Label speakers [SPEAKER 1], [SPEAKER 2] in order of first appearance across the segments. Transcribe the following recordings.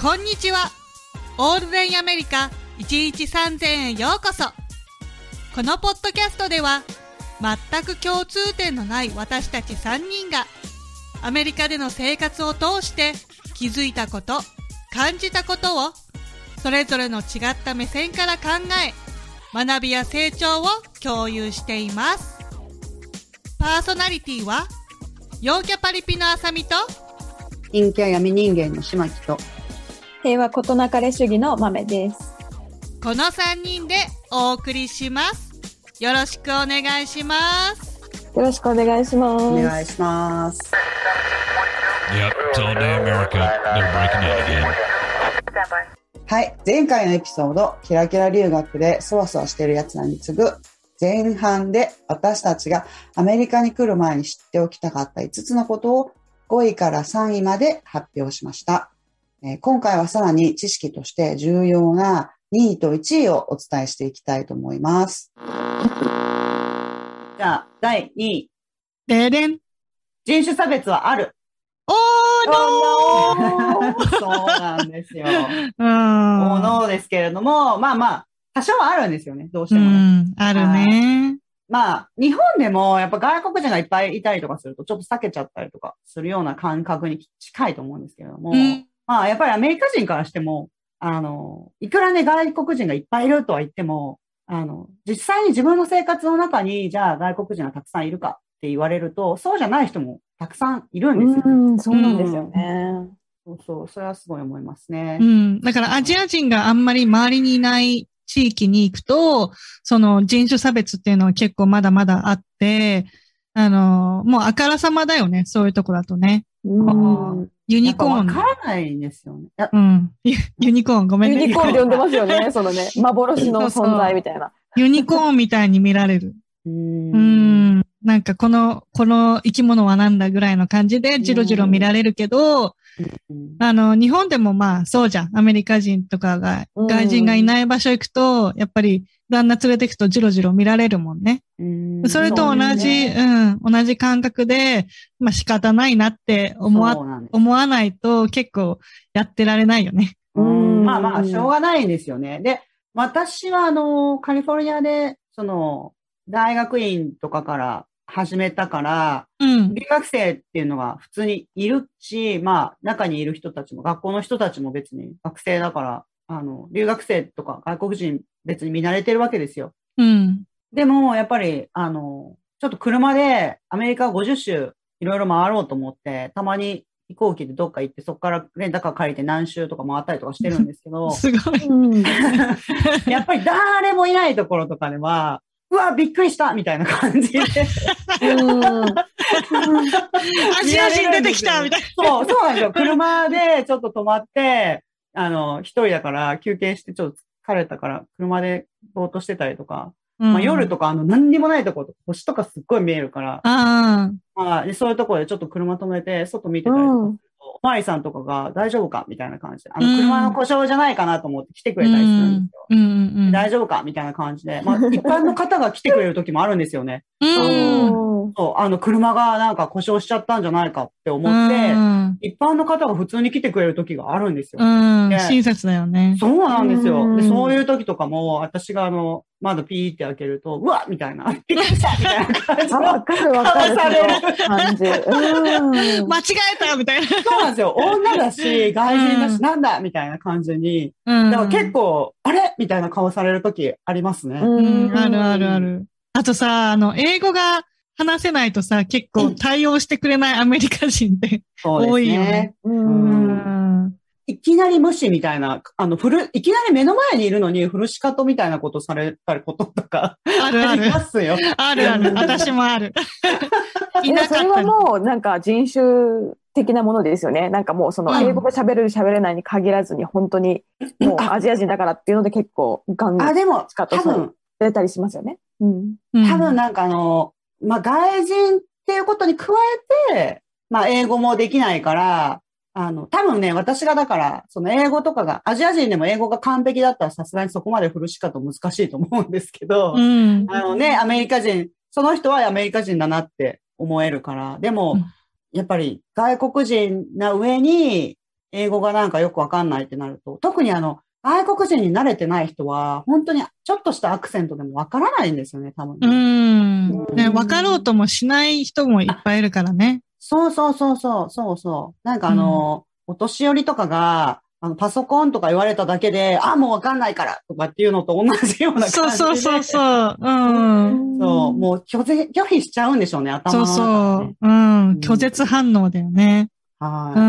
[SPEAKER 1] こんにちは。オールデンアメリカ1日3000円ようこそ。このポッドキャストでは、全く共通点のない私たち3人が、アメリカでの生活を通して気づいたこと、感じたことを、それぞれの違った目線から考え、学びや成長を共有しています。パーソナリティは、陽キャパリピのあさみと、
[SPEAKER 2] 陰キャ闇人間の島木と。
[SPEAKER 3] 平和ことなかれ主義の豆です。
[SPEAKER 1] この3人でお送りします。よろしくお願いします。
[SPEAKER 3] よろしくお願いします。
[SPEAKER 2] お願いします。
[SPEAKER 4] Yep, it's all day America. They're breaking in again.
[SPEAKER 2] はい。前回のエピソード、キラキラ留学でそわそわしてる奴らに次ぐ、前半で私たちがアメリカに来る前に知っておきたかった5つのことを5位から3位まで発表しました。えー今回はさらに知識として重要な2位と1位をお伝えしていきたいと思います。じゃあ、第2位。
[SPEAKER 1] ででん。
[SPEAKER 2] 人種差別はある。
[SPEAKER 1] お
[SPEAKER 2] そう
[SPEAKER 1] ーのー
[SPEAKER 2] なんです よ。
[SPEAKER 1] う
[SPEAKER 2] お
[SPEAKER 1] ん。
[SPEAKER 2] のおですけれども、まあまあ、多少はあるんですよね、どうして
[SPEAKER 1] う
[SPEAKER 2] もね。
[SPEAKER 1] ん。あるね。
[SPEAKER 2] まあ、日本でもやっぱ外国人がいっぱいいたりとかすると、ちょっと避けちゃったりとかするような感覚に近いと思うんですけれども、
[SPEAKER 1] うん。
[SPEAKER 2] まあ、やっぱりアメリカ人からしても、あの、いくらね、外国人がいっぱいいるとは言っても、あの、実際に自分の生活の中に、じゃあ外国人がたくさんいるかって言われると、そうじゃない人もたくさんいるんですよ、ね。
[SPEAKER 3] うん、そうなんですよね。
[SPEAKER 2] そうそう、それはすごい思いますね。
[SPEAKER 1] うん。だからアジア人があんまり周りにいない地域に行くと、その人種差別っていうのは結構まだまだあって、あの、もうあからさまだよね。そういうとこだとね。
[SPEAKER 3] うん
[SPEAKER 1] ユ
[SPEAKER 2] や
[SPEAKER 1] ニ
[SPEAKER 2] っぱ
[SPEAKER 1] コー
[SPEAKER 2] わ
[SPEAKER 1] ン。
[SPEAKER 2] からないんですよね。いや
[SPEAKER 1] うん。ユユニコーン、ごめん
[SPEAKER 3] ユ
[SPEAKER 1] ね。
[SPEAKER 3] ニコーンで呼んでますよね、そのね、幻の存在みたいな。
[SPEAKER 1] ユニコーンみたいに見られる。
[SPEAKER 2] う
[SPEAKER 1] うー
[SPEAKER 2] ん。
[SPEAKER 1] ん。なんかこの、この生き物はなんだぐらいの感じで、じろじろ見られるけど、あの、日本でもまあ、そうじゃん。アメリカ人とかが、
[SPEAKER 3] うん
[SPEAKER 1] 外人がいない場所行くと、やっぱり、旦那連れてくとじろじろ見られるもんね。
[SPEAKER 2] うん
[SPEAKER 1] それと同
[SPEAKER 3] そう
[SPEAKER 1] じ、
[SPEAKER 3] ね
[SPEAKER 1] うん、同じ感覚で、まあ仕方ないなって思わ、
[SPEAKER 2] そうなんです
[SPEAKER 1] 思わないと結構やってられないよね。
[SPEAKER 3] うん
[SPEAKER 2] まあまあ、しょうがないんですよね。で、私は、あの、カリフォルニアで、その、大学院とかから始めたから、
[SPEAKER 1] うん。
[SPEAKER 2] 留学生っていうのが普通にいるし、まあ、中にいる人たちも、学校の人たちも別に学生だから、あの、留学生とか外国人別に見慣れてるわけですよ。
[SPEAKER 1] うん。
[SPEAKER 2] でも、やっぱり、あの、ちょっと車でアメリカ50州いろいろ回ろうと思って、たまに飛行機でどっか行って、そこからレンタカー借りて何周とか回ったりとかしてるんです けど、
[SPEAKER 1] すごい。
[SPEAKER 3] うん
[SPEAKER 2] やっぱり誰もいないところとかでは、うわ、びっくりしたみたいな感じで。
[SPEAKER 1] アジア人出てきたみたい
[SPEAKER 2] そう、そうなんですよ。車でちょっと止まって、あの、一人だから休憩してちょっと疲れたから、車でぼーっとしてたりとか、
[SPEAKER 1] な。
[SPEAKER 2] まあ、夜とかあの、何にもないところとか星とかすっごい見えるから、
[SPEAKER 1] ああ。
[SPEAKER 2] まあ、でそういうところでちょっと車止めて、外見てたりとか、マリさんとかが大丈夫かみたいな感じで、あの、
[SPEAKER 1] うん
[SPEAKER 2] 車の故障じゃないかなと思って来てくれたりするんですよ。
[SPEAKER 1] うんうんうん。
[SPEAKER 2] 大丈夫かみたいな感じで、まあ、一般の方が来てくれる時もあるんです よね。
[SPEAKER 1] うん。
[SPEAKER 2] そう、あの、車がなんか故障しちゃったんじゃないかって思って、一般の方が普通に来てくれる時があるんですよ。
[SPEAKER 1] うん。うん。
[SPEAKER 2] で
[SPEAKER 1] 親切だよね。
[SPEAKER 2] そうなんですよ。で、
[SPEAKER 3] うん
[SPEAKER 2] そういう時とかも、私があの、窓ピーって開けると、うわっみた いな、びっくりしたみたいな感じ
[SPEAKER 3] あわ
[SPEAKER 2] の。
[SPEAKER 3] かるわかる。その感じ。 うん
[SPEAKER 1] 間違えたみたい
[SPEAKER 2] そうなんです よ。女だし、外人だ
[SPEAKER 1] うん
[SPEAKER 2] し、なんだみたいな感じに。
[SPEAKER 1] な。う
[SPEAKER 2] だ
[SPEAKER 1] ん。
[SPEAKER 2] から結構、あれみたいな顔される時ありますね。
[SPEAKER 1] うん。あるあるある。あとさ、あの、英語が話せないとさ、結構対応してくれないアメリカ人って。
[SPEAKER 2] そうです
[SPEAKER 1] 多いよね
[SPEAKER 2] ね。
[SPEAKER 3] う。
[SPEAKER 1] うんん。
[SPEAKER 2] いきなり無視みたいな、あの、ふる、いきなり目の前にいるのに、ふるしかとみたいなことされたりこととか、
[SPEAKER 1] あるあ
[SPEAKER 2] あり
[SPEAKER 1] る。
[SPEAKER 2] ますよ。
[SPEAKER 1] あるある。私もある。いな
[SPEAKER 3] そ
[SPEAKER 1] か
[SPEAKER 3] れ
[SPEAKER 1] っ
[SPEAKER 3] は
[SPEAKER 1] た。
[SPEAKER 3] もうなんか人種的なものですよね。なんかもうその英語が喋れる喋れないに限らずに本当にもうアジア人だからっていうので結構ガンガ
[SPEAKER 2] あ、
[SPEAKER 3] ン
[SPEAKER 2] でも、
[SPEAKER 3] 使
[SPEAKER 2] 多
[SPEAKER 3] ったそう
[SPEAKER 2] 分、
[SPEAKER 3] 出たりしますよね。うん。
[SPEAKER 1] うん
[SPEAKER 2] 多分なんかあの、まあ、外人っていうことに加えて、まあ、英語もできないから、あの、多分ね、私がだから、その英語とかが、アジア人でも英語が完璧だったらさすがにそこまでフルしかと難しいと思うんですけど、
[SPEAKER 1] うん。
[SPEAKER 2] あのね、アメリカ人、その人はアメリカ人だなって思えるから、でも、
[SPEAKER 1] うん
[SPEAKER 2] やっぱり外国人な上に、英語がなんかよくわかんないってなると、特にあの、外国人に慣れてない人は、本当にちょっとしたアクセントでもわからないんですよね、多分、
[SPEAKER 1] う
[SPEAKER 2] ね
[SPEAKER 1] ん。ね、
[SPEAKER 3] うん
[SPEAKER 1] 分かろうともしない人もいっぱいいるからね。
[SPEAKER 2] そうそうそうそう、そうそう。なんかあの、お年寄りとかが、あの、パソコンとか言われただけで、あ、もうわかんないからとかっていうのと同じような感じで。
[SPEAKER 1] そうそうそうそう。うん。
[SPEAKER 2] そう、もう拒絶拒否しちゃうんでしょうね、頭
[SPEAKER 1] そ
[SPEAKER 2] の
[SPEAKER 1] う
[SPEAKER 2] 中
[SPEAKER 1] そ
[SPEAKER 2] で
[SPEAKER 1] う
[SPEAKER 2] ね。。
[SPEAKER 1] うん。拒絶反応だよね。
[SPEAKER 2] は
[SPEAKER 1] う
[SPEAKER 2] い。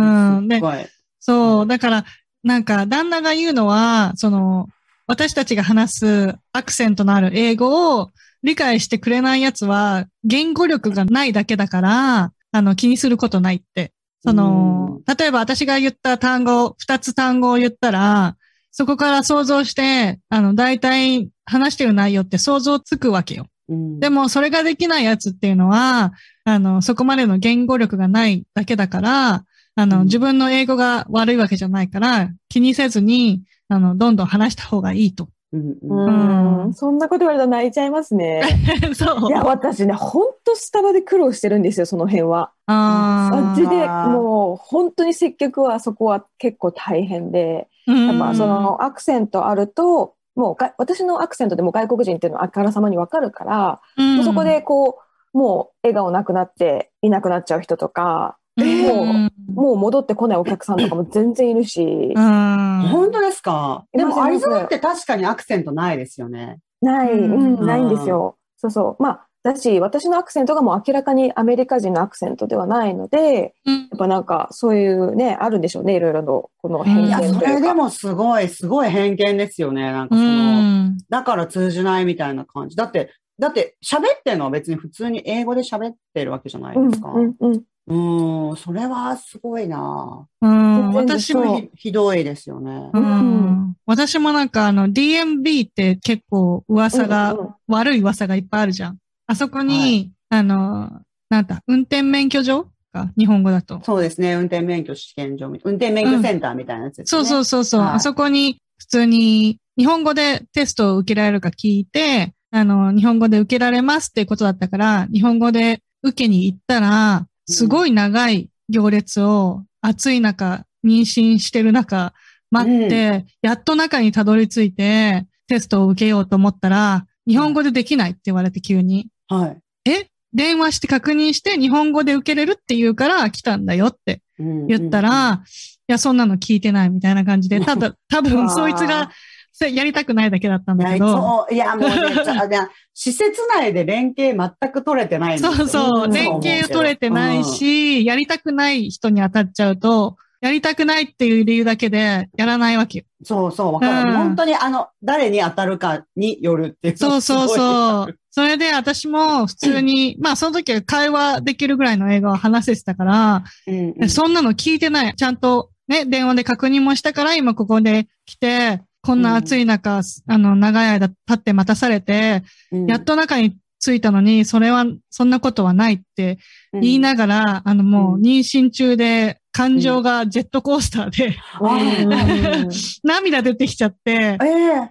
[SPEAKER 1] んね
[SPEAKER 2] すごい。
[SPEAKER 1] そう。だから、なんか、旦那が言うのは、その、私たちが話すアクセントのある英語を理解してくれないやつは、言語力がないだけだから、あの、気にすることないって。その、例えば私が言った単語、二つ単語を言ったら、そこから想像して、あの、大体話してる内容って想像つくわけよ。
[SPEAKER 2] うん
[SPEAKER 1] でも、それができないやつっていうのは、あの、そこまでの言語力がないだけだから、あ
[SPEAKER 2] う
[SPEAKER 1] の、
[SPEAKER 2] ん
[SPEAKER 1] 自分の英語が悪いわけじゃないから、気にせずに、あの、どんどん話した方がいいと。
[SPEAKER 2] うんうん
[SPEAKER 3] うん
[SPEAKER 1] う
[SPEAKER 3] うんん、そんなこと言われたら泣いちゃいますね。
[SPEAKER 1] そう
[SPEAKER 3] い。や、私ね、ほんとスタバで苦労してるんですよ、その辺は。
[SPEAKER 1] あ
[SPEAKER 3] マ
[SPEAKER 2] あ
[SPEAKER 3] ジで、もう、本当に接客は、そこは結構大変で、
[SPEAKER 1] ー
[SPEAKER 3] まあ、そ、のアクセントあると、もうが、私のアクセントでも外国人っていうのはあからさまにわかるから、
[SPEAKER 1] うん
[SPEAKER 3] もうそこで、こう、もう笑顔なくなっていなくなっちゃう人とか、
[SPEAKER 1] うん
[SPEAKER 3] もうもう戻ってこないお客さんとかも全然いるし
[SPEAKER 1] う、ん
[SPEAKER 2] 本当ですか
[SPEAKER 3] い
[SPEAKER 2] で
[SPEAKER 3] ます
[SPEAKER 2] も、アリゾ
[SPEAKER 3] いま
[SPEAKER 2] ナ
[SPEAKER 3] す
[SPEAKER 2] って確かにアクセントないですよね。
[SPEAKER 3] ない、
[SPEAKER 1] うん
[SPEAKER 3] うんないんですよ。そうそう。まあ、だし、私のアクセントがもう明らかにアメリカ人のアクセントではないので、
[SPEAKER 1] うん
[SPEAKER 3] やっぱなんか、そういうね、あるんでしょうね、いろいろの、この偏
[SPEAKER 1] うん
[SPEAKER 2] い
[SPEAKER 3] 見
[SPEAKER 2] や、
[SPEAKER 3] という
[SPEAKER 2] そ
[SPEAKER 3] か。
[SPEAKER 2] れでもすごい、すごい偏見ですよね。なんか
[SPEAKER 1] う
[SPEAKER 2] その、
[SPEAKER 1] ん。
[SPEAKER 2] だから通じないみたいな感じ。だって、だって喋ってるのは別に普通に英語で喋ってるわけじゃないですか。
[SPEAKER 3] うん、うん、うん。
[SPEAKER 2] うん、ん、それはすごいな
[SPEAKER 1] うん
[SPEAKER 3] 全然
[SPEAKER 1] 私
[SPEAKER 3] そう
[SPEAKER 1] も、
[SPEAKER 2] ひひどいですよね。
[SPEAKER 1] う
[SPEAKER 3] うん
[SPEAKER 1] ん私もなんかあの DMB って結構噂が
[SPEAKER 3] うんうん
[SPEAKER 1] 悪い噂がいっぱいあるじゃん。あそこに、
[SPEAKER 2] は
[SPEAKER 1] あの、なんだ、運転免許場か、日本語だと。
[SPEAKER 2] そうですね。運転免許試験場み、運転免許センターみたいなやつです
[SPEAKER 1] そ
[SPEAKER 2] ね。
[SPEAKER 1] うそううそうそう、
[SPEAKER 2] はい
[SPEAKER 1] あそこに普通に日本語でテストを受けられるか聞いて、あの、日本語で受けられますっていうことだったから、日本語で受けに行ったら、すごい長い行列を暑い中、妊娠してる中、待って、やっと中にたどり着いて、テストを受けようと思ったら、日本語でできないって言われて急に。
[SPEAKER 2] そう。はい。
[SPEAKER 1] 電話して確認して日本語で受けれるって言うから来たんだよって言
[SPEAKER 2] 言
[SPEAKER 1] ったら、、いや、そんなの聞いてないみたいな感 じで、ただ、多分そいつが、せやりたくないだけだったん
[SPEAKER 2] い
[SPEAKER 1] だけ
[SPEAKER 2] や、いつ
[SPEAKER 1] ど、
[SPEAKER 2] も、いや、もうね、じゃ あじゃあ施設内で連携全く取れてないんですよ
[SPEAKER 1] そうそう、
[SPEAKER 3] うん
[SPEAKER 1] 連携を取れてない、し、やりたくない人に当たっちゃうと、やりたくないっていう理由だけでやらないわけよ。
[SPEAKER 2] そう思うんですけどうんそうそう、わかる。
[SPEAKER 1] うん
[SPEAKER 2] 本当に、あの、誰に当たるかによるってい う。
[SPEAKER 1] そうそうそ。う。それで私も普通に、まあその時は会話できるぐらいの映画を話せてたから、
[SPEAKER 2] うんうん
[SPEAKER 1] そんなの聞いてない。ちゃんとね、電話で確認もしたから今ここで来て、こんな暑い中、あの、長い間経って待たされて、
[SPEAKER 2] うん
[SPEAKER 1] やっと中に着いたのに、それは、そんなことはないって言いながら、あのもう妊娠中で感情がジェットコースターで、
[SPEAKER 3] うん
[SPEAKER 1] 涙出てきちゃって、
[SPEAKER 2] え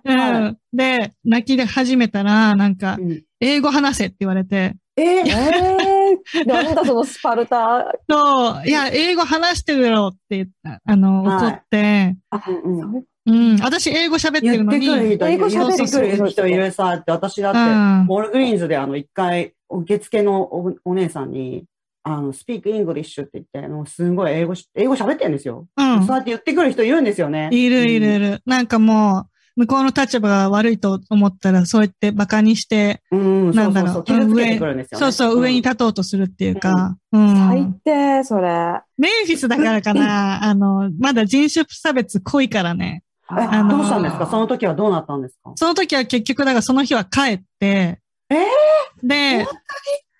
[SPEAKER 2] え
[SPEAKER 1] う
[SPEAKER 2] はい
[SPEAKER 1] ん。で、泣き始めたら、なんか、
[SPEAKER 2] うん
[SPEAKER 1] 英語話せって言われて、
[SPEAKER 3] えー、なんだそのスパルタ。
[SPEAKER 1] そう、いや、英語話してるよって、ああの、怒
[SPEAKER 2] はい
[SPEAKER 1] って、
[SPEAKER 2] うんうん
[SPEAKER 1] うん、私英語喋ってる
[SPEAKER 2] 言っ
[SPEAKER 1] の
[SPEAKER 2] て
[SPEAKER 1] に、
[SPEAKER 2] くる人い
[SPEAKER 3] 英語
[SPEAKER 2] る。言
[SPEAKER 3] 喋
[SPEAKER 2] っ
[SPEAKER 1] って
[SPEAKER 2] て
[SPEAKER 1] く
[SPEAKER 2] く
[SPEAKER 1] る
[SPEAKER 2] る人いるさって、私だって、モールグリーンズであの、一回、受付のおお姉さんに、あの、スピークイングリッシュって言って、もうすごい英語し、英語喋ってるんですよ。
[SPEAKER 1] うん、
[SPEAKER 2] そうやって言ってくる人いるんですよね
[SPEAKER 1] う。ん、いるいるいる。なんかもう、向こうの立場が悪いと思ったら、そうやって馬鹿にして、
[SPEAKER 2] うん。うん、
[SPEAKER 1] な
[SPEAKER 2] そ
[SPEAKER 1] ん
[SPEAKER 2] う
[SPEAKER 1] だ
[SPEAKER 2] そ
[SPEAKER 1] ろ
[SPEAKER 2] う
[SPEAKER 1] う
[SPEAKER 2] そう。傷つけてくるんですよね。
[SPEAKER 1] そうそう、上に
[SPEAKER 2] た
[SPEAKER 1] 立とうとするっていうか、うん。
[SPEAKER 3] 最低、それ。
[SPEAKER 1] メンフィスだからか な、あの、まだ人種差別濃いからね。
[SPEAKER 2] え、
[SPEAKER 1] のー
[SPEAKER 2] どうしたんですかその時はどうなったんですか
[SPEAKER 1] その時は結局、だからその日は帰って、
[SPEAKER 2] え
[SPEAKER 1] で、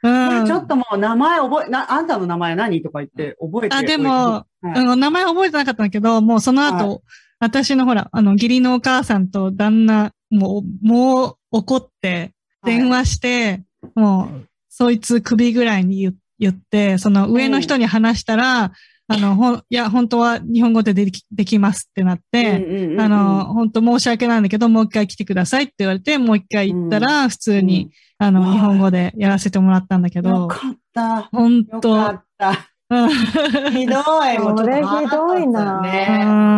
[SPEAKER 1] う
[SPEAKER 2] え
[SPEAKER 1] ん。
[SPEAKER 2] ちょっともう名前覚え、な、あんたの名前何とか言って覚えて
[SPEAKER 1] あ、でも、
[SPEAKER 2] うん
[SPEAKER 1] あの、名前覚えてなかったんだけど、もうその後、私のほら、あの、義理のお母さんと旦那、もう、もう怒って、電話して、もう、そいつ首ぐらいに言言って、その上の人に話したら、あの、ほん、いや、本当は日本語でできできますってなっ
[SPEAKER 2] うん
[SPEAKER 1] て、
[SPEAKER 2] うんうんうん
[SPEAKER 1] あの、、本当申し訳ないんだけど、もう一回来てくださいって言われて、もう一回行ったら、普通に、あ
[SPEAKER 2] は
[SPEAKER 1] の、
[SPEAKER 2] い
[SPEAKER 1] 日本語でやらせてもらったんだけ
[SPEAKER 2] よ
[SPEAKER 1] ど、
[SPEAKER 2] かった。
[SPEAKER 1] 本
[SPEAKER 2] よ
[SPEAKER 1] 当
[SPEAKER 2] かった。
[SPEAKER 1] うん
[SPEAKER 2] ひどい。もうちょっと
[SPEAKER 3] それひどいな
[SPEAKER 2] ね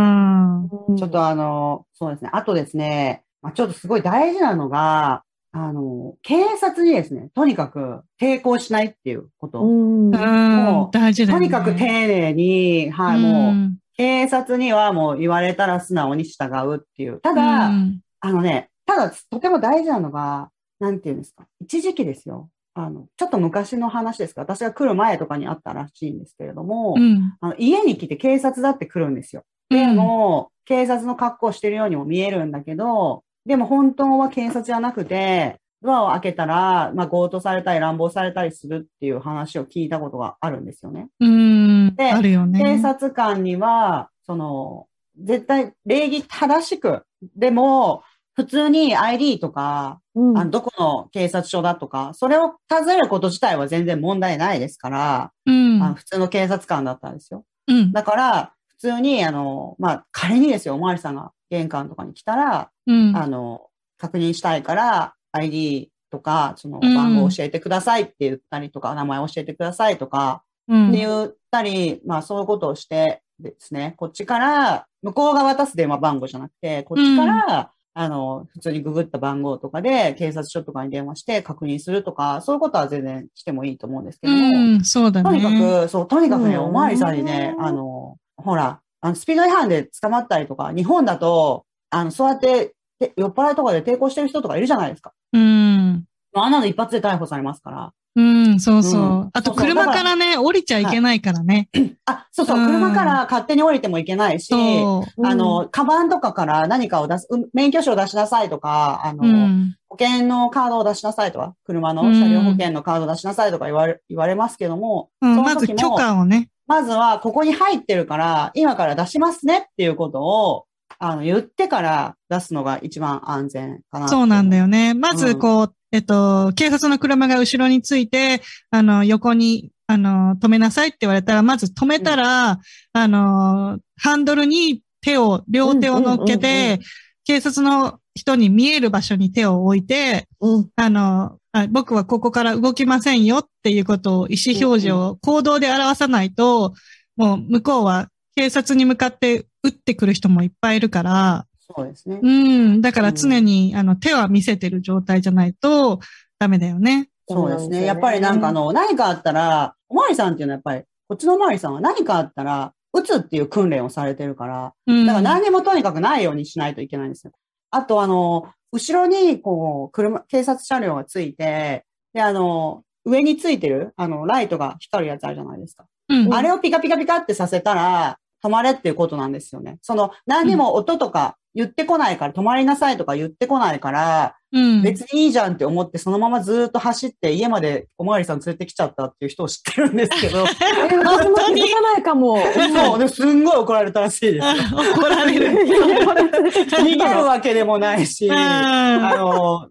[SPEAKER 3] うん
[SPEAKER 2] ちょっとあの、そうですね。あとですね、まあ、ちょっとすごい大事なのが、あの、警察にですね、とにかく抵抗しないっていうこと。
[SPEAKER 3] うん
[SPEAKER 2] もう
[SPEAKER 1] 大事だ
[SPEAKER 2] と
[SPEAKER 1] よね
[SPEAKER 2] にかく丁寧に、はい、もう、
[SPEAKER 1] ん
[SPEAKER 2] 警察にはもう言われたら素直に従うっていう。ただ、
[SPEAKER 1] うん
[SPEAKER 2] あのね、ただとても大事なのが、なんていうんですか、一時期ですよ。あの、ちょっと昔の話ですか、私が来る前とかにあったらしいんですけれども、
[SPEAKER 1] うん
[SPEAKER 2] あの家に来て警察だって来るんですよ。でも、警察の格好をしてるようにも見えるんだけど、でも本当は警察じゃなくて、ドアを開けたら、まあ、強盗されたり乱暴されたりするっていう話を聞いたことがあるんですよね。
[SPEAKER 1] うん、
[SPEAKER 2] で
[SPEAKER 1] あるよね。
[SPEAKER 2] 警察官には、その、絶対礼儀正しく、でも、普通に ID とか、
[SPEAKER 3] うん
[SPEAKER 2] あのどこの警察署だとか、それを尋ねること自体は全然問題ないですから、
[SPEAKER 1] うん、
[SPEAKER 2] あの普通の警察官だったんですよ。
[SPEAKER 1] うん、
[SPEAKER 2] だから、普通に、あの、まあ、仮にですよ、おまわりさんが玄関とかに来たら、
[SPEAKER 1] うん、
[SPEAKER 2] あの、確認したいから、ID とか、その
[SPEAKER 1] うん
[SPEAKER 2] 番号教えてくださいって言ったりとか、名前教えてくださいとか、
[SPEAKER 1] うん
[SPEAKER 2] って言ったり、まあそういうことをしてですね、こっちから、向こうが渡す電話番号じゃなくて、こっちから、あの、普通にググった番号とかで、警察署とかに電話して確認するとか、そういうことは全然してもいいと思うんですけども、
[SPEAKER 1] うん、そうだね。
[SPEAKER 2] とにかく、そう、とにかくね、
[SPEAKER 3] うん
[SPEAKER 2] おまわりさんにね、あの、ほら、あのスピード違反で捕まったりとか、日本だと、あの、そうやって、で酔っ払いとかで抵抗してる人とかいるじゃないですか。
[SPEAKER 1] うん、
[SPEAKER 2] あんなの一発で逮捕されますから。
[SPEAKER 1] うん、そうそう。
[SPEAKER 2] うん
[SPEAKER 1] あと、
[SPEAKER 2] そうそう
[SPEAKER 1] 車からね、降りちゃいけないからね。
[SPEAKER 2] あ、そうそう、
[SPEAKER 1] うん
[SPEAKER 2] 車から勝手に降りてもいけないし、
[SPEAKER 1] そ
[SPEAKER 2] あの、カバンとかから何かを出す、うん免許証を出しなさいとか、あの、
[SPEAKER 1] う。うん、
[SPEAKER 2] 保険のカードを出しなさいとか、車の
[SPEAKER 1] うん
[SPEAKER 2] 車両保険のカードを出しなさいとか言われ、言われますけども、
[SPEAKER 1] うん
[SPEAKER 2] その
[SPEAKER 1] まず
[SPEAKER 2] 時も
[SPEAKER 1] 許可をね。
[SPEAKER 2] まずはここに入ってるから、今から出しますねっていうことを、あの、言ってから出すのが一番安全かな。
[SPEAKER 1] そうなんだ。よね。ま
[SPEAKER 2] う
[SPEAKER 1] ず、
[SPEAKER 2] ん
[SPEAKER 1] こう、えっと、警察の車が後ろについて、あの、横に、あの、止めなさいって言われたら、まず止めたら、あの、ハンドルに手を、両手を乗っけて、
[SPEAKER 3] うんうんうんうん
[SPEAKER 1] 警察の人に見える場所に手を置いて、
[SPEAKER 3] うん
[SPEAKER 1] あの、あ僕はここから動きませんよっていうことを意思表示を行動で表さないと、もう向こうは警察に向かって撃ってくる人もいっぱいいるから、
[SPEAKER 2] そうですね。
[SPEAKER 1] うん、だから常に、あの手は見せてる状態じゃないとダメだよね。
[SPEAKER 2] そうです
[SPEAKER 3] そうなんですよ
[SPEAKER 2] ね。
[SPEAKER 3] ね
[SPEAKER 2] やっぱりなんかあの、何かあったら、おまわりさんっていうのはやっぱり、こっちのおまわりさんは何かあったら、撃つっていう訓練をされてるから、
[SPEAKER 1] うん。
[SPEAKER 2] だから何にもとにかくないようにしないといけないんですよ。あと、あの、後ろに、こう、車、警察車両がついて、で、あの、上についてる、あの、ライトが光るやつあるじゃないですか。
[SPEAKER 1] うん、
[SPEAKER 2] あれをピカピカピカってさせたら、止まれっていうことなんですよね。その、何にも音とか言ってこないから、止まりなさいとか言ってこないから、
[SPEAKER 1] うん、
[SPEAKER 2] 別にいいじゃんって思って、そのままずーっと走って、家までおまわりさん連れてきちゃったっていう人を知ってるんです けど、
[SPEAKER 3] えー私も気づかないかも。
[SPEAKER 2] そう、ですんごい怒られたらしいです。
[SPEAKER 1] 怒られ る。
[SPEAKER 2] 逃げるわけでもないし、あの、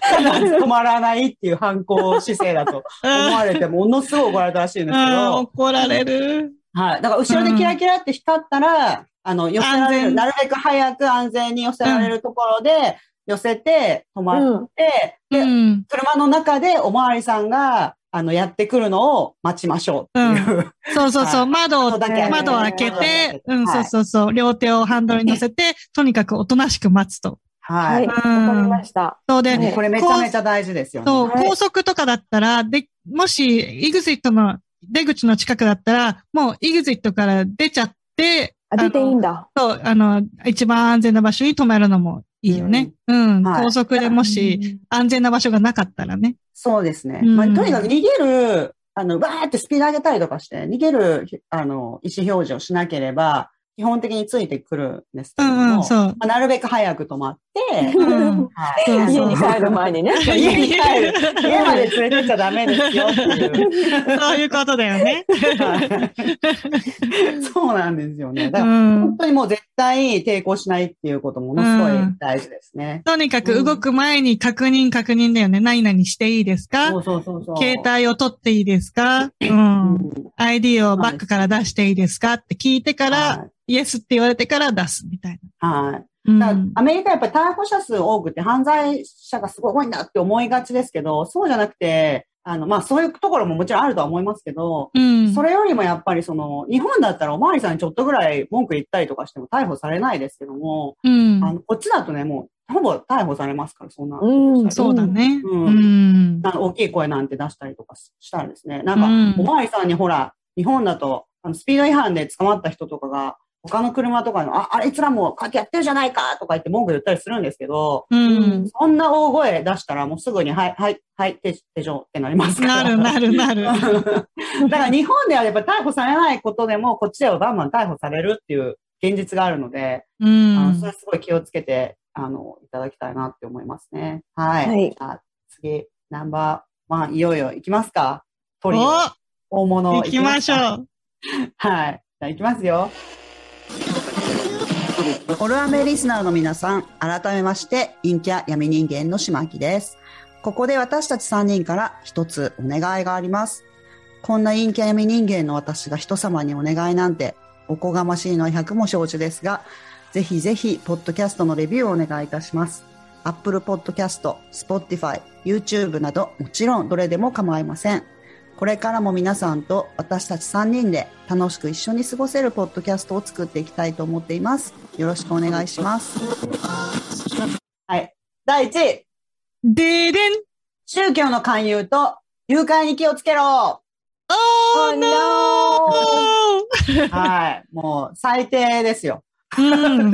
[SPEAKER 2] ただ止まらないっていう反抗姿勢だと思われて、ものすごい怒られたらしいんですけ
[SPEAKER 1] うん
[SPEAKER 2] ど、
[SPEAKER 1] 怒られる。
[SPEAKER 2] はい。だから後ろでキラキラって光ったら、あの、寄せら
[SPEAKER 1] 安
[SPEAKER 2] れる、
[SPEAKER 1] 全
[SPEAKER 2] なるべく早く安全に寄せられるところで、寄せて、止
[SPEAKER 3] う
[SPEAKER 2] まっ
[SPEAKER 3] ん
[SPEAKER 2] て、
[SPEAKER 1] う
[SPEAKER 2] で、
[SPEAKER 1] ん。
[SPEAKER 2] 車の中でおまわりさんが、あの、やってくるのを待ちましょうっていう。
[SPEAKER 1] そうそうそう。
[SPEAKER 2] はい
[SPEAKER 1] 窓を
[SPEAKER 2] 窓だけ開けて
[SPEAKER 1] 窓を開けて、うん、
[SPEAKER 2] は
[SPEAKER 1] そう
[SPEAKER 2] い
[SPEAKER 1] そうそう。両手をハンドルに乗せて、とにかくおとなしく待つと。
[SPEAKER 2] は
[SPEAKER 3] はい、
[SPEAKER 2] い。
[SPEAKER 3] わかりました。
[SPEAKER 1] そうで、
[SPEAKER 2] ねこれめちゃめちゃ大事ですよ
[SPEAKER 1] そう、
[SPEAKER 2] ね。
[SPEAKER 3] はい
[SPEAKER 1] 高速とかだったら、で、もし、イグジットの出口の近くだったら、もうイグジットから出ちゃって、
[SPEAKER 3] あ、出ていい
[SPEAKER 1] あの
[SPEAKER 3] んだ。
[SPEAKER 1] そう、あの、一番安全な場所に止めるのもいいよね。うん。
[SPEAKER 2] はい
[SPEAKER 1] 高速でもし、安全な場所がなかったらね。
[SPEAKER 2] そうですね。
[SPEAKER 1] うん
[SPEAKER 2] まあ、とにかく逃げる、あの、わーってスピード上げたりとかして、逃げる、ひあの、意思表示をしなければ、基本的についてくるんですけ
[SPEAKER 1] う
[SPEAKER 2] れども、
[SPEAKER 1] んうん、そう。
[SPEAKER 2] まあ、なるべく早く止まって、
[SPEAKER 1] うん
[SPEAKER 2] はい
[SPEAKER 1] そうそう
[SPEAKER 3] 家に帰る前にね。
[SPEAKER 1] 家
[SPEAKER 2] 家
[SPEAKER 1] に
[SPEAKER 2] に
[SPEAKER 1] 帰
[SPEAKER 2] 帰
[SPEAKER 1] る
[SPEAKER 2] る。家まで連れてっちゃダメですよっていう。
[SPEAKER 1] そういうことだよね。
[SPEAKER 2] はい そうなんですよね。
[SPEAKER 1] う
[SPEAKER 2] だから、
[SPEAKER 1] ん
[SPEAKER 2] 本。当にもう絶対抵抗しないっていうことものすごい大事ですね。
[SPEAKER 1] とにかく動く前に確認確認だよね。何々していいですか
[SPEAKER 2] そうそうそうそう。
[SPEAKER 1] 携帯を取っていいですかう。
[SPEAKER 2] うんん
[SPEAKER 1] ID をバッグから出していいですかって聞いてから、イエスって言われてから出すみたい
[SPEAKER 2] はい。はい。だ
[SPEAKER 1] な。
[SPEAKER 2] か
[SPEAKER 1] う
[SPEAKER 2] ら
[SPEAKER 1] ん
[SPEAKER 2] アメリカやっぱり逮捕者数多くて犯罪者がすごい多いなって思いがちですけど、そうじゃなくて、あの、まあ、そういうところももちろんあるとは思いますけど、
[SPEAKER 1] うん。
[SPEAKER 2] それよりもやっぱりその、日本だったらおまわりさんにちょっとぐらい文句言ったりとかしても逮捕されないですけども、
[SPEAKER 1] うん。
[SPEAKER 2] あの、こっちだとね、もう、ほぼ逮捕されますから、そんな。
[SPEAKER 3] うん
[SPEAKER 1] そうだ。ね。
[SPEAKER 2] うん
[SPEAKER 1] うん。
[SPEAKER 2] あの大きい声なんて出したりとかしたらですね、なんか、
[SPEAKER 1] うん
[SPEAKER 2] おまわりさんにほら、日本だと、あのスピード違反で捕まった人とかが、他の車とかに、あ、あいつらもこうやってやってるじゃないかとか言って文句言ったりするんですけど、
[SPEAKER 1] う。
[SPEAKER 3] うんん。
[SPEAKER 2] そんな大声出したらもうすぐに、はい、はい、はい、手、手錠ってなりますから。
[SPEAKER 1] なる なるなる。
[SPEAKER 2] だから日本ではやっぱ逮捕されないことでも、こっちではバンバン逮捕されるっていう現実があるので、
[SPEAKER 1] う
[SPEAKER 2] あの
[SPEAKER 1] ん
[SPEAKER 2] それ。はすごい気をつけて、あの、いただきたいなって思いますね。はい。
[SPEAKER 3] はい
[SPEAKER 2] あ次、ナンバーワン、いよいよ行きますかトリオ、
[SPEAKER 1] お
[SPEAKER 2] 大物
[SPEAKER 1] 行きましょ
[SPEAKER 2] う。
[SPEAKER 1] う。
[SPEAKER 2] はい。じゃあ行きますよ。オルアメリスナーの皆さん、改めまして、陰キャ闇人間の島木です。ここで私たち3人から一つお願いがあります。こんな陰キャ闇人間の私が人様にお願いなんて、おこがましいのは100も承知ですが、ぜひぜひ、ポッドキャストのレビューをお願いいたします。Apple Podcast、Spotify、YouTube など、もちろんどれでも構いません。これからも皆さんと私たち3人で楽しく一緒に過ごせるポッドキャストを作っていきたいと思っています。よろしくお願いします。はい。第1位、
[SPEAKER 1] ででん。
[SPEAKER 2] 宗教の勧誘と誘拐に気をつけろ
[SPEAKER 1] Oh
[SPEAKER 3] no!
[SPEAKER 1] no!
[SPEAKER 2] はい。もう最低ですよ。
[SPEAKER 1] うん。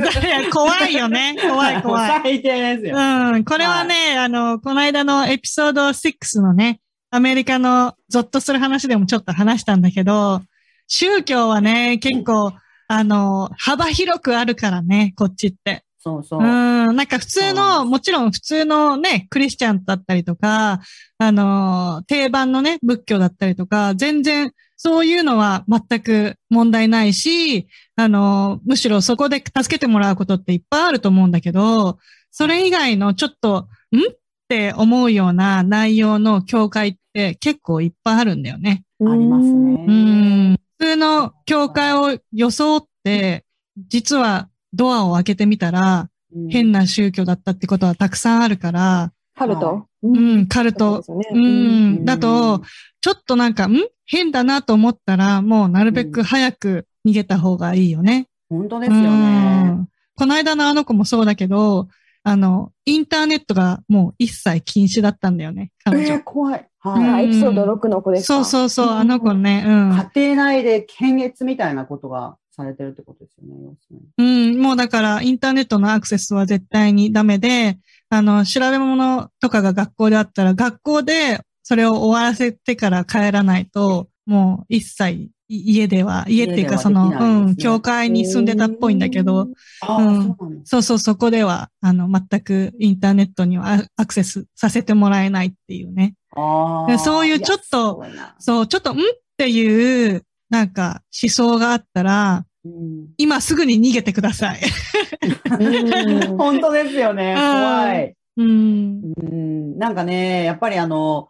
[SPEAKER 1] 怖いよね。怖い怖い。
[SPEAKER 2] もう最低ですよ。
[SPEAKER 1] うん。これはね、あの、この間のエピソード6のね、アメリカのゾッとする話でもちょっと話したんだけど、宗教はね、結構、あの、幅広くあるからね、こっちって。
[SPEAKER 2] そうそう
[SPEAKER 1] うん。。なんか普通
[SPEAKER 2] そうなん
[SPEAKER 1] の、もちろん普通のね、クリスチャンだったりとか、あの、定番のね、仏教だったりとか、全然、そういうのは全く問題ないし、あの、むしろそこで助けてもらうことっていっぱいあると思うんだけど、それ以外のちょっと、んって思うような内容の教会って結構いっぱいあるんだよね。
[SPEAKER 2] あります
[SPEAKER 1] う
[SPEAKER 2] ね。
[SPEAKER 1] ん。普通の教会を装って、実はドアを開けてみたら、変
[SPEAKER 2] な。
[SPEAKER 1] な宗教だったってことはたくさんあるから、
[SPEAKER 3] カル
[SPEAKER 2] は
[SPEAKER 3] ト。う
[SPEAKER 1] う。ん、カル
[SPEAKER 3] そうで
[SPEAKER 1] ト。
[SPEAKER 3] すよね。
[SPEAKER 1] う
[SPEAKER 3] うん
[SPEAKER 1] ん、だと、、ちょっとなんか、ん変だなと思ったら、もうなるべく早く逃げた方がいいよね。
[SPEAKER 2] 本当で
[SPEAKER 1] です
[SPEAKER 2] よね。
[SPEAKER 1] この間のあの子もそうだけど、あの、インターネットがもう一切禁止だったんだよね、
[SPEAKER 2] え
[SPEAKER 1] 彼女。
[SPEAKER 2] ー、怖い。
[SPEAKER 3] あ
[SPEAKER 2] は
[SPEAKER 3] ー
[SPEAKER 2] い。
[SPEAKER 3] エピソード6の子ですか。
[SPEAKER 1] そうそうそう、あの子ね、う
[SPEAKER 2] 家
[SPEAKER 1] ん。
[SPEAKER 2] 庭内で検閲みたいなことがされてるってことですよね、要するに。
[SPEAKER 1] うん、もうだから、インターネットのアクセスは絶対にダメで、あの、調べ物とかが学校であったら、学校でそれを終わらせてから帰らないと、もう一切い家では、家っていうかその、
[SPEAKER 2] 家ではできないですね
[SPEAKER 1] うん、教会に住んでたっぽいんだけど、
[SPEAKER 2] ああ、
[SPEAKER 1] うん
[SPEAKER 2] そうなんです。
[SPEAKER 1] そうそう、そこでは、あの、全くインターネットにはあアクセスさせてもらえないっていうね。
[SPEAKER 2] あ
[SPEAKER 1] で
[SPEAKER 2] あ。
[SPEAKER 1] そういうちょっと
[SPEAKER 2] いやすごいな
[SPEAKER 1] そう、ちょっと、んっていう、なんか、思想があったら、
[SPEAKER 2] うん
[SPEAKER 1] 今すぐに逃げてください。
[SPEAKER 3] うん。
[SPEAKER 2] 本当ですよ
[SPEAKER 1] う
[SPEAKER 2] ね。
[SPEAKER 1] ん
[SPEAKER 2] 怖い。
[SPEAKER 1] うん。
[SPEAKER 2] うん、なんかね、やっぱりあの、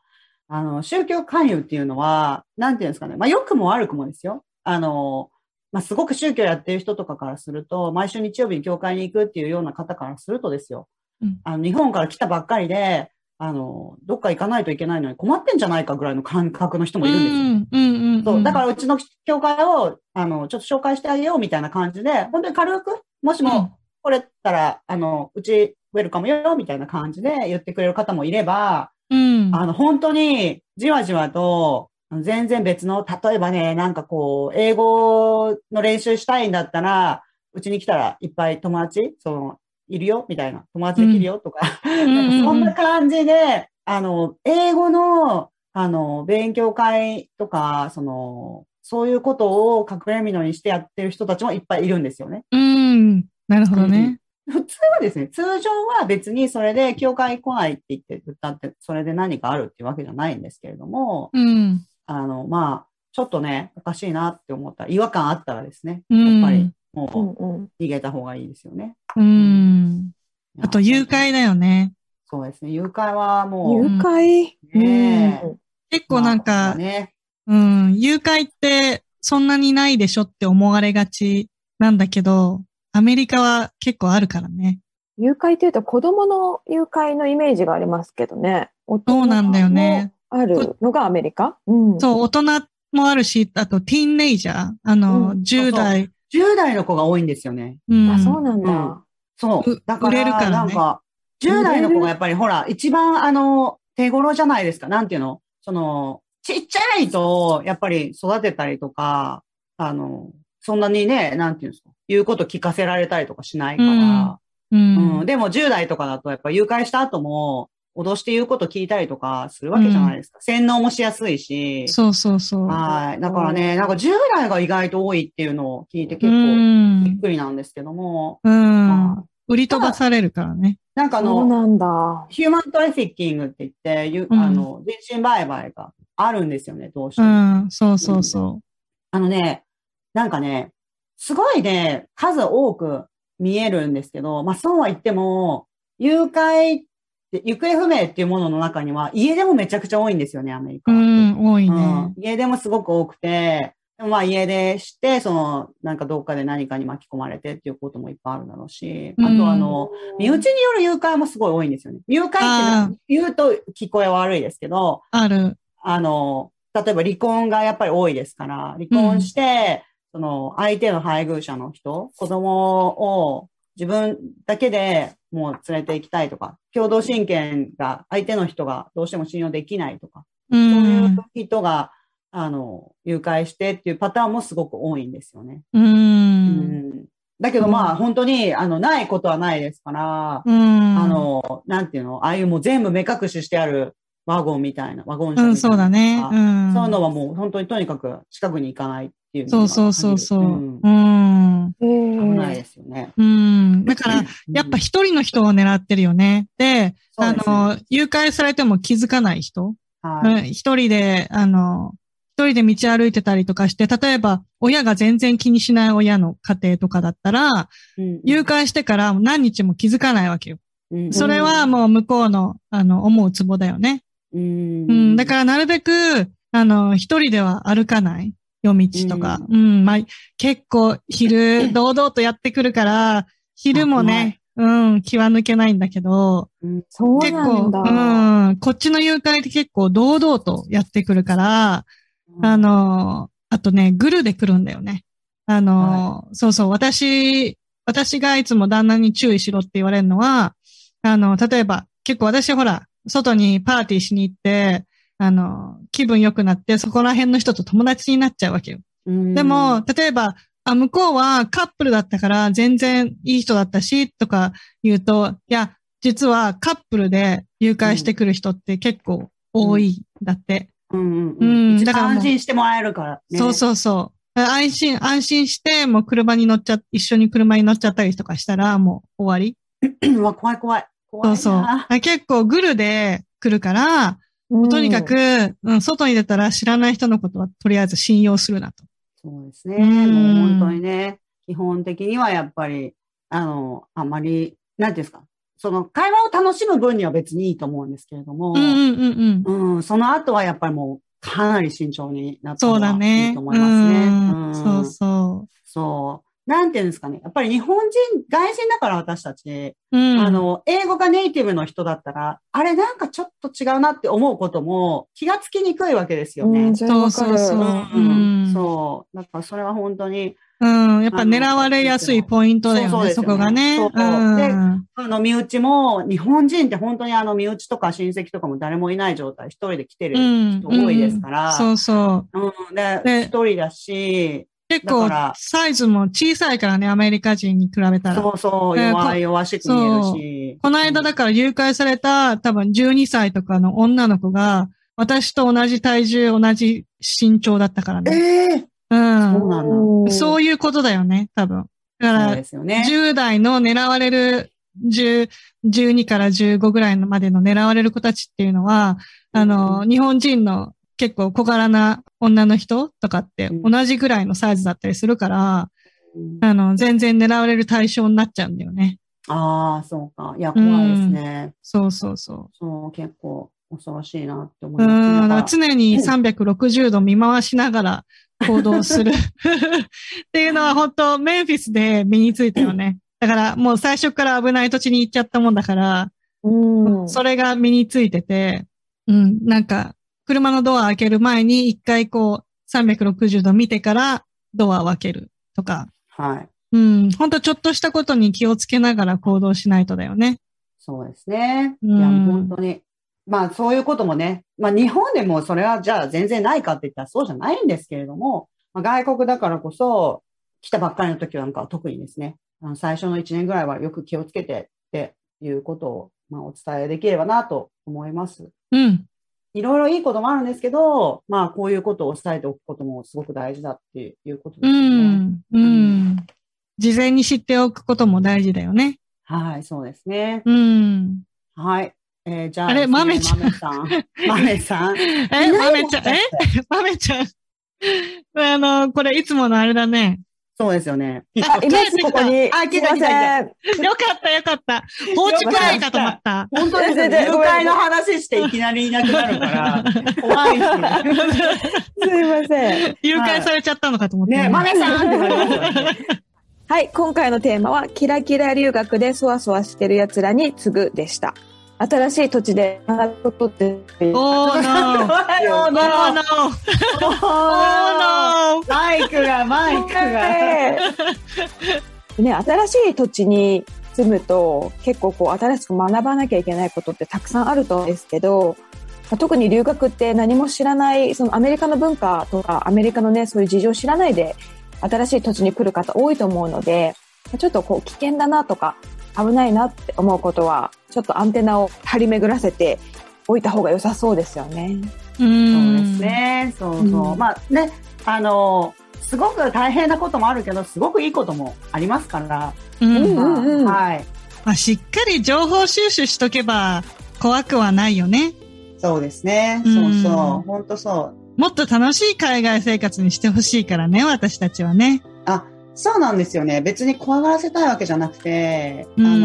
[SPEAKER 2] あの、宗教勧誘っていうのは、なんていうんですかね、まあ、良くも悪くもですよ。あの、まあ、すごく宗教やってる人とかからすると、毎週日曜日に教会に行くっていうような方からするとですよ。
[SPEAKER 1] うん
[SPEAKER 2] あの、日本から来たばっかりで、あの、どっか行かないといけないのに困ってんじゃないかぐらいの感覚の人もいるんですよ。
[SPEAKER 1] うんうんうんうん
[SPEAKER 2] そう、だからうちの教会を、あの、ちょっと紹介してあげようみたいな感じで、本当に軽く、もし
[SPEAKER 1] うん
[SPEAKER 2] も、これったら、あの、うち、ウェルカムよ、みたいな感じで言ってくれる方もいれば、
[SPEAKER 1] うん。
[SPEAKER 2] あの、本当に、じわじわと、全然別の、例えばね、なんかこう、英語の練習したいんだったら、うちに来たらいっぱい友達、その、いるよ、みたいな、友達できるよ、とか、なん かそんな感じで、あの、英語の、あの、勉強会とか、その、そういうことを隠れ蓑にしてやってる人たちもいっぱいいるんですよね。
[SPEAKER 1] うん。なるほどね。
[SPEAKER 2] 普通はですね、通常は別にそれで教会来ないって言って、歌って、それで何かあるっていうわけじゃないんですけれども、
[SPEAKER 1] うん。
[SPEAKER 2] あの、まあ、ちょっとね、おかしいなって思ったら、違和感あったらですね、
[SPEAKER 1] うん
[SPEAKER 2] やっぱり
[SPEAKER 3] う
[SPEAKER 2] も
[SPEAKER 3] んうん。
[SPEAKER 2] う逃げた方がいいですよね。
[SPEAKER 1] うん。あと、誘拐だよね。
[SPEAKER 2] そうですね、誘拐はも
[SPEAKER 3] 誘拐
[SPEAKER 2] う、ねえ
[SPEAKER 3] うん
[SPEAKER 1] 結構なん
[SPEAKER 2] まあ
[SPEAKER 1] か、
[SPEAKER 2] ね、
[SPEAKER 1] うん、誘拐ってそんなにないでしょって思われがちなんだけど、アメリカは結構あるからね。
[SPEAKER 3] 誘拐というと子供の誘拐のイメージがありますけどね。
[SPEAKER 1] そうなんだよね。
[SPEAKER 3] あるのがアメリカ。うん。
[SPEAKER 1] そう、大人もあるし、あと、ティーンネイジャー。あの、
[SPEAKER 3] うん
[SPEAKER 1] 10代。
[SPEAKER 2] 10代の子が多いんですよね。
[SPEAKER 1] うん
[SPEAKER 3] あ、そうなんだ。
[SPEAKER 2] うんそうう。だから、
[SPEAKER 1] 売れるからね
[SPEAKER 2] なんか、10代の子がやっぱりほら、一番あの、手頃じゃないですか。なんていうのその、ちっちゃいと、やっぱり育てたりとか、あの、そんなにね、なんていうんですか、言うこと聞かせられたりとかしないから、
[SPEAKER 1] うん
[SPEAKER 2] うんでも10代とかだと、やっぱ誘拐した後も、脅して言うこと聞いたりとかするわけじゃないですか。洗脳もしやすいし。
[SPEAKER 1] そうそうそう。
[SPEAKER 2] はい。だからね、なんか10代が意外と多いっていうのを聞いて
[SPEAKER 1] う
[SPEAKER 2] 結構びっ
[SPEAKER 1] ん。
[SPEAKER 2] くりなんですけども、
[SPEAKER 1] うん
[SPEAKER 2] はい。
[SPEAKER 1] 売り飛ばされるからね。
[SPEAKER 2] なんかあ
[SPEAKER 3] そう
[SPEAKER 2] の、
[SPEAKER 3] なんだ。
[SPEAKER 2] ヒューマントラフィッキングって言って、ゆ
[SPEAKER 1] うん
[SPEAKER 2] あの、人身売買があるんですよね、どうして
[SPEAKER 1] う
[SPEAKER 2] も。
[SPEAKER 1] ん。そうそうそ
[SPEAKER 2] あのね、なんかね、すごいね、数多く見えるんですけど、まあそうは言っても、誘拐って、行方不明っていうものの中には、家でもめちゃくちゃ多いんですよね、アメリ
[SPEAKER 1] う。
[SPEAKER 2] カ
[SPEAKER 1] う
[SPEAKER 2] は。
[SPEAKER 1] ん。多い
[SPEAKER 2] うん
[SPEAKER 1] ね。
[SPEAKER 2] 家出もすごく多くて、でもまあ家出して、その、なんかどっかで何かに巻き込まれてっていうこともいっぱいあるだろうし、あ
[SPEAKER 1] うん
[SPEAKER 2] とあの、身内による誘拐もすごい多いんですよね。誘拐って
[SPEAKER 1] あ
[SPEAKER 2] な言うと聞こえは悪いですけど、
[SPEAKER 1] ある。
[SPEAKER 2] あの、例えば離婚がやっぱり多いですから、離婚して、その、相手の配偶者の人、子供を自分だけでもう連れて行きたいとか、共同親権が相手の人がどうしても信用できないとか、
[SPEAKER 1] う。
[SPEAKER 2] そういうん人が、あの、誘拐してっていうパターンもすごく多いんですよね。
[SPEAKER 1] う。
[SPEAKER 2] うんん。だけどまあ、本当に、あの、ないことはないですから、
[SPEAKER 1] うん。
[SPEAKER 2] あの、なんていうの、ああいうもう全部目隠ししてあるワゴンみたいな、ワゴン
[SPEAKER 1] う
[SPEAKER 2] 車みたいな。
[SPEAKER 1] ん、そうだね。う
[SPEAKER 2] そ
[SPEAKER 1] ん。
[SPEAKER 2] ういうのはもう本当にとにかく近くに行かないっていうの
[SPEAKER 1] そ
[SPEAKER 2] が
[SPEAKER 1] うそうそうそう。
[SPEAKER 2] うん
[SPEAKER 1] うん。
[SPEAKER 3] え
[SPEAKER 2] 危ない
[SPEAKER 3] ー、
[SPEAKER 2] ですよね。
[SPEAKER 1] うん。だから、やっぱ一人の人を狙ってるよね。で、
[SPEAKER 2] そう
[SPEAKER 1] あ
[SPEAKER 2] ですね
[SPEAKER 1] の、誘拐されても気づかない人。
[SPEAKER 2] は
[SPEAKER 1] う
[SPEAKER 2] い
[SPEAKER 1] ん一人で、あの、一人で道歩いてたりとかして、例えば、親が全然気にしない親の家庭とかだったら、
[SPEAKER 2] うん
[SPEAKER 1] 誘拐してから何日も気づかないわけよ。
[SPEAKER 2] うん
[SPEAKER 1] それはもう向こうの、あの、思うツボだよね。
[SPEAKER 2] う
[SPEAKER 1] うんん、だからなるべく、あの、一人では歩かない夜道とか。うん、まあ、結構 昼、堂々とやってくるから、昼もね、うん、気は抜けないんだけど、
[SPEAKER 3] そう
[SPEAKER 1] 結
[SPEAKER 3] なんだ。
[SPEAKER 1] 構、うん、こっちの誘拐って結構堂々とやってくるから、あ、の、あとね、グルで来るんだよね。あの、そうそう、私、私がいつも旦那に注意しろって言われるのは、あの、例えば、結構私ほら、外にパーティーしに行って、あの、気分良くなって、そこら辺の人と友達になっちゃうわけよ。
[SPEAKER 2] うん
[SPEAKER 1] でも、、例えば、あ、向こうはカップルだったから全然いい人だったし、とか言うと、いや、実はカップルで誘拐してくる人って結構多いんだって。
[SPEAKER 2] うんうん
[SPEAKER 1] うん
[SPEAKER 2] 一
[SPEAKER 1] だから
[SPEAKER 2] 番
[SPEAKER 1] もう
[SPEAKER 2] 安心してもらえるからね。
[SPEAKER 1] そうそうそう。安心、安心して、もう車に乗っちゃ、一緒に車に乗っちゃったりとかしたら、もう終わり。
[SPEAKER 2] う。わ、怖い怖い。怖い
[SPEAKER 1] そう
[SPEAKER 2] な
[SPEAKER 1] そう。あ結構グルで来るから、
[SPEAKER 3] うん
[SPEAKER 1] とにかく、うん、外に出たら知らない人のことはとりあえず信用するなと。
[SPEAKER 2] そうですね。
[SPEAKER 1] うん
[SPEAKER 2] もう本当にね、基本的にはやっぱり、あの、あまり、なんていうんですか、その会話を楽しむ分には別にいいと思うんですけれども、
[SPEAKER 1] うんうんうんうん。
[SPEAKER 2] うん、その後はやっぱりもうかなり慎重になった
[SPEAKER 1] そ
[SPEAKER 2] 方
[SPEAKER 1] うだ
[SPEAKER 2] が
[SPEAKER 1] ね。
[SPEAKER 2] いいと思いますね。
[SPEAKER 1] うんそうそ
[SPEAKER 2] そう。なんていうんですかね。やっぱり日本人、外人だから私たち、
[SPEAKER 1] う。うん。
[SPEAKER 2] あ、の、英語がネイティブの人だったら、あれなんかちょっと違うなって思うことも気がつきにくいわけですよ
[SPEAKER 3] う
[SPEAKER 2] ね
[SPEAKER 3] ん、。それわかる
[SPEAKER 1] そうそうそ
[SPEAKER 2] うん
[SPEAKER 1] うん
[SPEAKER 2] そう。だからそれは本当に、
[SPEAKER 1] うん。やっぱ狙われやすいポイントだよね、
[SPEAKER 2] そう
[SPEAKER 1] そ
[SPEAKER 2] そうですよね
[SPEAKER 1] こがね。
[SPEAKER 2] そう
[SPEAKER 1] うん。
[SPEAKER 2] あの、身内も、日本人って本当にあの、身内とか親戚とかも誰もいない状態、一人で来てる
[SPEAKER 1] うん
[SPEAKER 2] 人多いですから、
[SPEAKER 1] そうそう。
[SPEAKER 2] うん、で、
[SPEAKER 1] ね
[SPEAKER 2] 一人だし、
[SPEAKER 1] 結構
[SPEAKER 2] だから、
[SPEAKER 1] サイズも小さいからね、アメリカ人に比べたら。
[SPEAKER 2] そうそう、
[SPEAKER 1] ね
[SPEAKER 2] 弱い弱しく見えるし。
[SPEAKER 1] この間だか
[SPEAKER 2] か
[SPEAKER 1] ら誘拐された多分12歳とかの女の子が、私と同じ体重、同じ身長だったからね。
[SPEAKER 2] ええそうなんだ
[SPEAKER 1] うん。そう
[SPEAKER 3] い
[SPEAKER 1] いうことだよね、多分。だ
[SPEAKER 2] そう
[SPEAKER 1] か
[SPEAKER 2] ですよ
[SPEAKER 1] ら、
[SPEAKER 2] ね。
[SPEAKER 1] 10代の狙われる、10 12から15ぐらいまでの狙われる子たちっていうのは、あの、日本人の結構小柄な女の人とかって
[SPEAKER 2] うん
[SPEAKER 1] 同じぐらいのサイズだったりするから、
[SPEAKER 2] うん
[SPEAKER 1] あの、全然狙われる対象になっちゃうんだよね。
[SPEAKER 2] ああ、そうか。いや、怖いですね。
[SPEAKER 1] そうそうそう。
[SPEAKER 2] そう、結構恐ろしいなって思
[SPEAKER 1] う
[SPEAKER 2] いますね
[SPEAKER 1] ん、だ
[SPEAKER 2] だ
[SPEAKER 1] から
[SPEAKER 2] から
[SPEAKER 1] 常に360度見回しながら行動す るっていうのは本当メンフィスで身についたよね。だからもう最初から危ない土地に行っちゃったもんだから、
[SPEAKER 3] うん。
[SPEAKER 1] それが身についてて、うん、なんか車のドア開ける前に一回こう、360度見てからドアを開けるとか。
[SPEAKER 2] はい。
[SPEAKER 1] うん。ほんとちょっとしたことに気をつけながら行動しないとだよね。
[SPEAKER 2] そうですね。
[SPEAKER 1] うん
[SPEAKER 2] いや、もう本当に。まあ、そういうこともね、まあ、日本でもそれはじゃあ全然ないかって言ったらそうじゃないんですけれども、まあ、外国だからこそ、来たばっかりの時なんかは特にですね、あの最初の1年ぐらいはよく気をつけてっていうことを、まあ、お伝えできればなと思います。
[SPEAKER 1] うん。
[SPEAKER 2] いろいろいいこともあるんですけど、まあ、こういうことを伝えておくこともすごく大事だっていうことで
[SPEAKER 1] う
[SPEAKER 2] すね。
[SPEAKER 1] ん。うん。事前に知っておくことも大事だよね。
[SPEAKER 2] はい、そうですね。
[SPEAKER 1] うん。
[SPEAKER 2] はい。えーじゃあ
[SPEAKER 1] あれ
[SPEAKER 2] ですね、
[SPEAKER 1] 豆ちゃん
[SPEAKER 2] 豆さん。 豆さん。
[SPEAKER 1] え、まめちゃん、えまめちゃん。あの、これいつものあれだね。
[SPEAKER 2] そうですよね。
[SPEAKER 3] あ、います、ここに。
[SPEAKER 2] あ来た
[SPEAKER 3] すいません。
[SPEAKER 1] よかったよかった。放置くらいかと思った。
[SPEAKER 2] 本当ですよ
[SPEAKER 3] 全然
[SPEAKER 2] 誘
[SPEAKER 3] ごめん
[SPEAKER 2] 拐の話していきなりいなくなるから、怖いし。
[SPEAKER 3] すいません。
[SPEAKER 1] 誘拐されちゃったのかと思った。
[SPEAKER 2] ね、マメさんってなりますよね
[SPEAKER 3] はい、今回のテーマは、キラキラ留学でそわそわしてる奴らに次ぐでした。新しい土地で学ぶことって、
[SPEAKER 1] おー のー。
[SPEAKER 2] おー
[SPEAKER 1] おーの
[SPEAKER 2] の
[SPEAKER 1] ー。おーのー。
[SPEAKER 2] マイクが、マイクが。
[SPEAKER 3] ね、新しい土地に住むと結構こう新しく学ばなきゃいけないことってたくさんあると思うんですけど、まあ特に留学って何も知らない、そのアメリカの文化とかアメリカのね、そういう事情を知らないで新しい土地に来る方多いと思うので、ちょっとこう危険だなとか危ないなって思うことは、ちょっとアンテナを張り巡らせておいた方が良さそうですよね。
[SPEAKER 1] う
[SPEAKER 2] そうで
[SPEAKER 1] ん
[SPEAKER 2] す。ね。そうそうう。
[SPEAKER 3] ん
[SPEAKER 2] まあね、あの、すごく大変なこともあるけど、すごくいいこともありますから。
[SPEAKER 1] うん。
[SPEAKER 3] うんうんうん
[SPEAKER 2] まあはい。
[SPEAKER 1] まあ、しっかり情報収集しとけば怖くはないよね。
[SPEAKER 2] そうですね。そうそう。本当そう。
[SPEAKER 1] もっと楽しい海外生活にしてほしいからね、私たちはね。
[SPEAKER 2] そうなんですよね。別に怖がらせたいわけじゃなくて、
[SPEAKER 1] うん
[SPEAKER 2] あ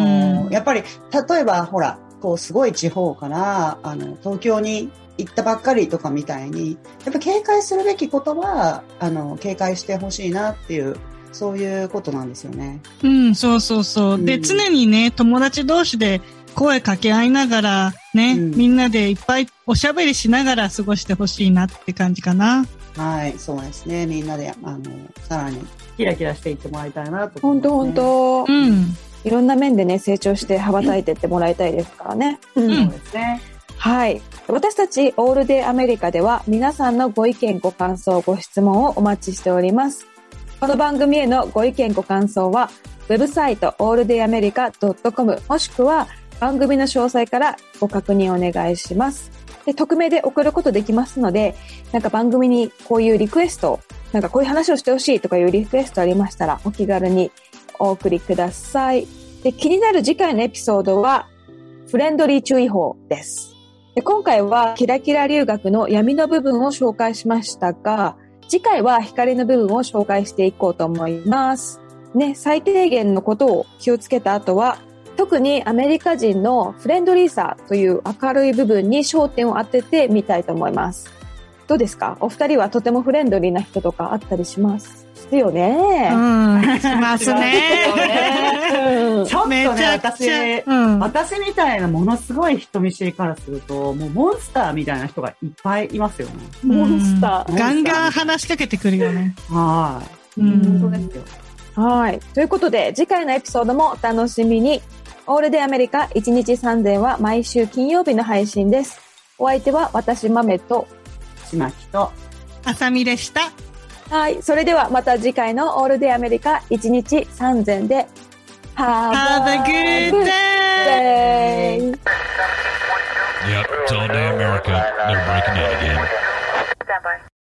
[SPEAKER 2] の、やっぱり、例えば、ほら、こう、すごい地方から、あの、東京に行ったばっかりとかみたいに、やっぱ警戒するべきことは、あの、警戒してほしいなっていう、そういうことなんですよね。
[SPEAKER 1] うん、そうそうそう。
[SPEAKER 2] う
[SPEAKER 1] で、
[SPEAKER 2] ん
[SPEAKER 1] 常にね、友達同士で声かけ合いながら、ね、
[SPEAKER 2] うん
[SPEAKER 1] みんなでいっぱいおしゃべりしながら過ごしてほしいなって感じかな。
[SPEAKER 2] はい、そうですね。みんなで、あの、さらに、キラキラしていってもらいたいなと
[SPEAKER 3] 本当本当、
[SPEAKER 1] うん。
[SPEAKER 3] いろんな面でね、成長して羽ばたいてってもらいたいですからね。うん
[SPEAKER 2] そうですね。
[SPEAKER 3] はい。私たちオールデイアメリカでは皆さんのご意見、ご感想、ご質問をお待ちしております。この番組へのご意見、ご感想は、ウェブサイトオールデイアメリカ .com もしくは番組の詳細からご確認お願いします。で匿名で送ることできますので、なんか番組にこういうリクエスト、なんかこういう話をしてほしいとかいうリクエストありましたらお気軽にお送りください。で気になる次回のエピソードは、フレンドリー注意報です。で今回はキラキラ留学の闇の部分を紹介しましたが、次回は光の部分を紹介していこうと思います。ね、最低限のことを気をつけた後は、特にアメリカ人のフレンドリーさという明るい部分に焦点を当ててみたいと思います。どうですかお二人はとてもフレンドリーな人とかあったりしますよね。
[SPEAKER 1] うん。します
[SPEAKER 2] ね
[SPEAKER 1] ね。
[SPEAKER 3] うん
[SPEAKER 2] ちょっと
[SPEAKER 1] め
[SPEAKER 2] ね、
[SPEAKER 1] ちゃく
[SPEAKER 2] 私
[SPEAKER 1] ち、ゃ。うん。
[SPEAKER 2] 私みたいなものすごい人見知りからすると、もうモンスターみたいな人がいっぱいいますよね。
[SPEAKER 3] モンスター
[SPEAKER 1] うんガンガン話しかけてくるよね。
[SPEAKER 2] はい。
[SPEAKER 1] う
[SPEAKER 2] 本当
[SPEAKER 1] ん。
[SPEAKER 2] ですよ。
[SPEAKER 3] はい。ということで、次回のエピソードもお楽しみに。オールデイアメリカ1日3000は毎週金曜日の配信です。お相手は私、マメと。
[SPEAKER 2] ちまきと。
[SPEAKER 1] あさみでした。
[SPEAKER 3] はい。それではまた次回のオールデイアメリカ1日3000で。
[SPEAKER 1] Have a good day!
[SPEAKER 3] day!
[SPEAKER 4] Yep, it's all day America. They're breaking out again.
[SPEAKER 5] Stand by.